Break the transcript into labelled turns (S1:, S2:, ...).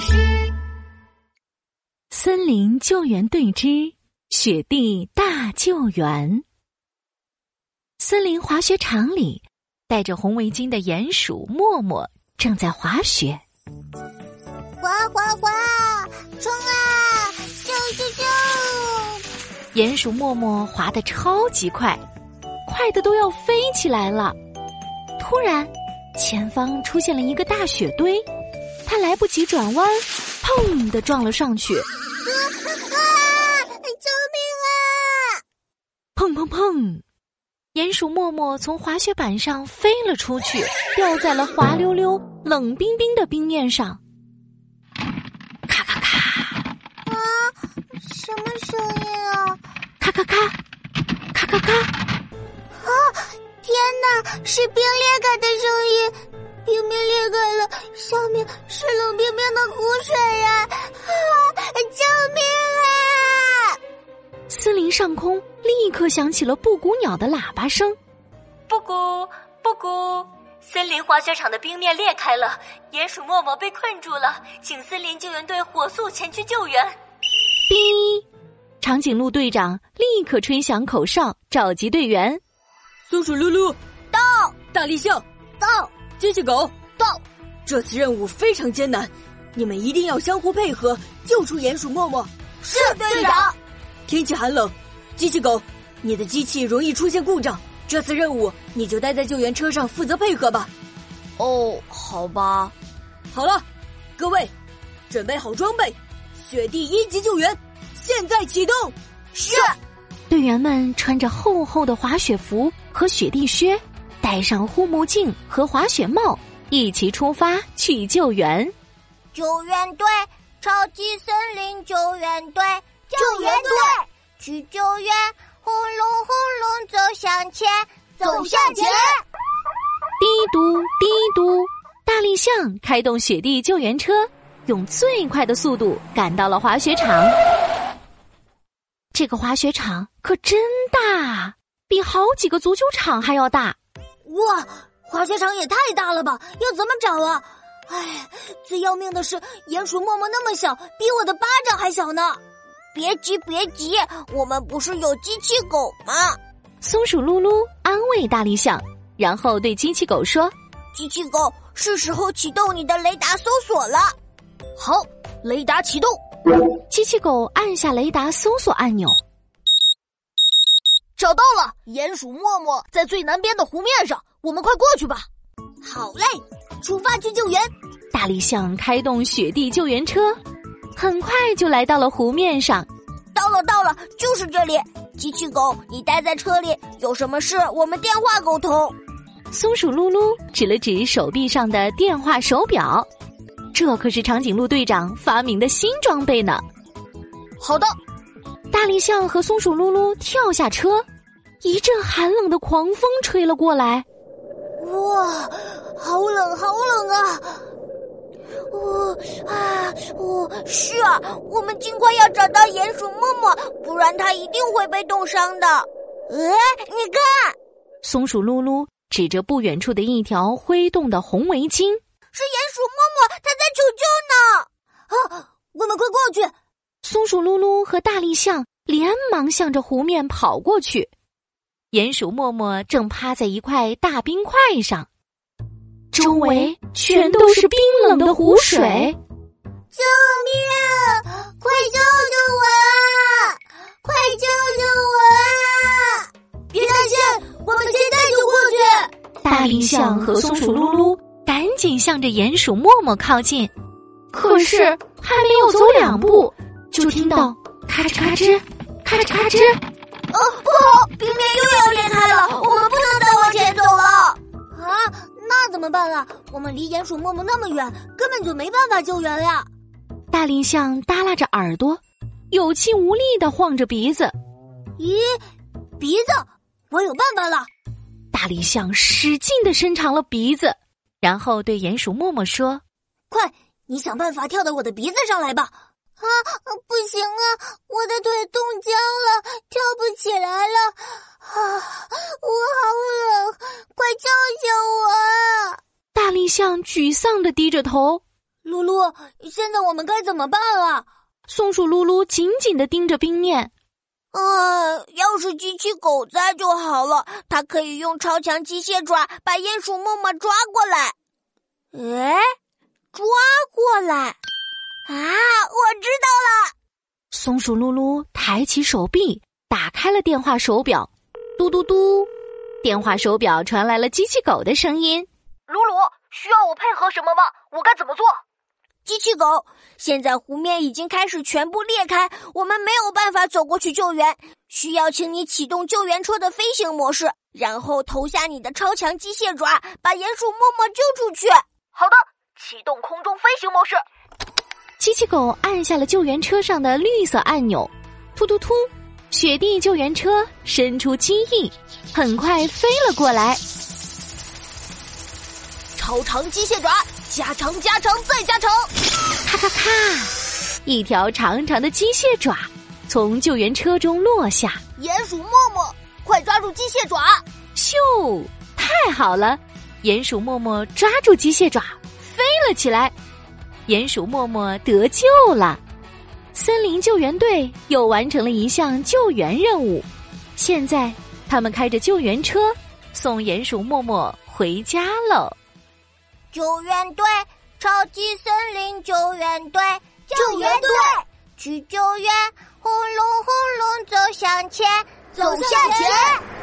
S1: 师。森林救援队之雪地大救援。森林滑雪场里，戴着红围巾的鼹鼠默默正在滑雪。
S2: 滑滑滑，冲啊！咻咻咻！
S1: 鼹鼠默默滑得超级快，快的都要飞起来了。突然，前方出现了一个大雪堆，它来不及转弯，砰的撞了上去，
S2: 啊！救啊命
S1: 砰砰砰！鼹鼠默默从滑雪板上飞了出去，掉在了滑溜溜、冷冰冰的冰面上。咔咔咔，
S2: 啊！啊！什么声音啊？
S1: 咔咔咔，咔咔咔！
S2: 天哪，是冰裂开的声音！冰面裂开了，上面是冷冰冰的湖水呀、啊！救命啊！
S1: 森林上空立刻响起了布谷鸟的喇叭声。
S3: 布谷布谷，森林滑雪场的冰面裂开了，鼹鼠默默被困住了，请森林救援队火速前去救援。
S1: 哔！长颈鹿队长立刻吹响口哨，召集队员。
S4: 松鼠噜噜，
S2: 到
S4: 大力象，
S2: 到
S4: 机器狗，
S2: 到！
S4: 这次任务非常艰难，你们一定要相互配合，救出鼹鼠默默。
S2: 是
S4: 队长。天气寒冷，机器狗，你的机器容易出现故障，这次任务你就待在救援车上负责配合吧。
S2: 哦，好吧。
S4: 好了，各位，准备好装备，雪地一级救援，现在启动。
S2: 是
S1: 队员们穿着厚厚的滑雪服和雪地靴，戴上护目镜和滑雪帽，一起出发去救援。
S2: 救援队，超级森林救援队，救援队，去救援！轰隆轰隆，走向前，走向前！
S1: 嘀嘟嘀嘟，大力象开动雪地救援车，用最快的速度赶到了滑雪场。这个滑雪场可真大，比好几个足球场还要大。
S2: 哇，滑雪场也太大了吧，要怎么找啊？哎，最要命的是鼹鼠默默那么小，比我的巴掌还小呢。别急，别急，我们不是有机器狗吗？
S1: 松鼠噜噜安慰大力象，然后对机器狗说
S2: 机器狗，是时候启动你的雷达搜索了。好，雷达启动。：“
S1: 机器狗按下雷达搜索按钮。”
S2: 找到了，鼹鼠默默在最南边的湖面上，我们快过去吧。好嘞，出发去救援。
S1: 大力象开动雪地救援车，很快就来到了湖面上。
S2: 到了，到了，就是这里。机器狗，你待在车里，有什么事我们电话沟通。
S1: 松鼠噜噜指了指手臂上的电话手表，这可是长颈鹿队长发明的新装备呢。
S2: 好的，
S1: 大力象和松鼠噜噜跳下车，一阵寒冷的狂风吹了过来。
S2: 哇，好冷，好冷啊！我、啊，我、是啊，我们尽快要找到鼹鼠默默，不然它一定会被冻伤的。呃，你看，
S1: 松鼠噜噜指着不远处的一条挥动的红围巾，
S2: 是鼹鼠默默，它在求救呢。啊，我们快过去！
S1: 松鼠噜噜和大力象连忙向着湖面跑过去。鼹鼠默默正趴在一块大冰块上，周围全都是冰冷的湖水。
S2: 救命！快救救我啊！快救救我啊！别担心，我们现在就过去。
S1: 大力象和松鼠噜噜赶紧向着鼹鼠默默靠近，可是还没有走两步，就听到咔哧咔哧、咔哧咔哧。
S2: 哦，不好，冰面又要裂开了，我们不能再往前走了。啊，那怎么办啊？我们离鼹鼠默默那么远，根本就没办法救援呀。
S1: 大力象耷拉着耳朵，有气无力的晃着鼻子。
S2: 咦，鼻子，我有办法了。
S1: 大力象使劲的伸长了鼻子，然后对鼹鼠默默说
S2: 快，你想办法跳到我的鼻子上来吧！啊，不行啊，我的腿冻僵了，跳不起来了。啊，我好冷，快救救我！啊！：“
S1: 大力象沮丧的低着头。
S2: 露露，现在我们该怎么办啊？
S1: 松鼠噜噜紧紧的盯着冰面，
S2: 啊、要是机器狗在就好了，它可以用超强机械爪把鼹鼠默默抓过来。哎，抓过来！啊，我知道了。
S1: 松鼠噜噜抬起手臂，打开了电话手表，嘟嘟嘟，电话手表传来了机器狗的声音。
S5: 鲁鲁，需要我配合什么吗？我该怎么做？
S2: 机器狗，现在湖面已经开始全部裂开，我们没有办法走过去救援，需要请你启动救援车的飞行模式，然后投下你的超强机械爪，把鼹鼠默默救出去。
S5: 好的，启动空中飞行模式。
S1: 机器狗按下了救援车上的绿色按钮，突突突！雪地救援车伸出机翼，很快飞了过来。
S2: 超长机械爪，加长加长再加长。
S1: 咔咔咔！一条长长的机械爪从救援车中落下，
S2: 鼹鼠默默，快抓住机械爪！
S1: 咻！太好了！鼹鼠默默抓住机械爪，飞了起来。鼹鼠默默得救了。森林救援队又完成了一项救援任务，现在他们开着救援车送鼹鼠默默回家喽。
S2: 救援队，超级森林救援队，救援队去救援，轰隆轰隆走向前，走向前。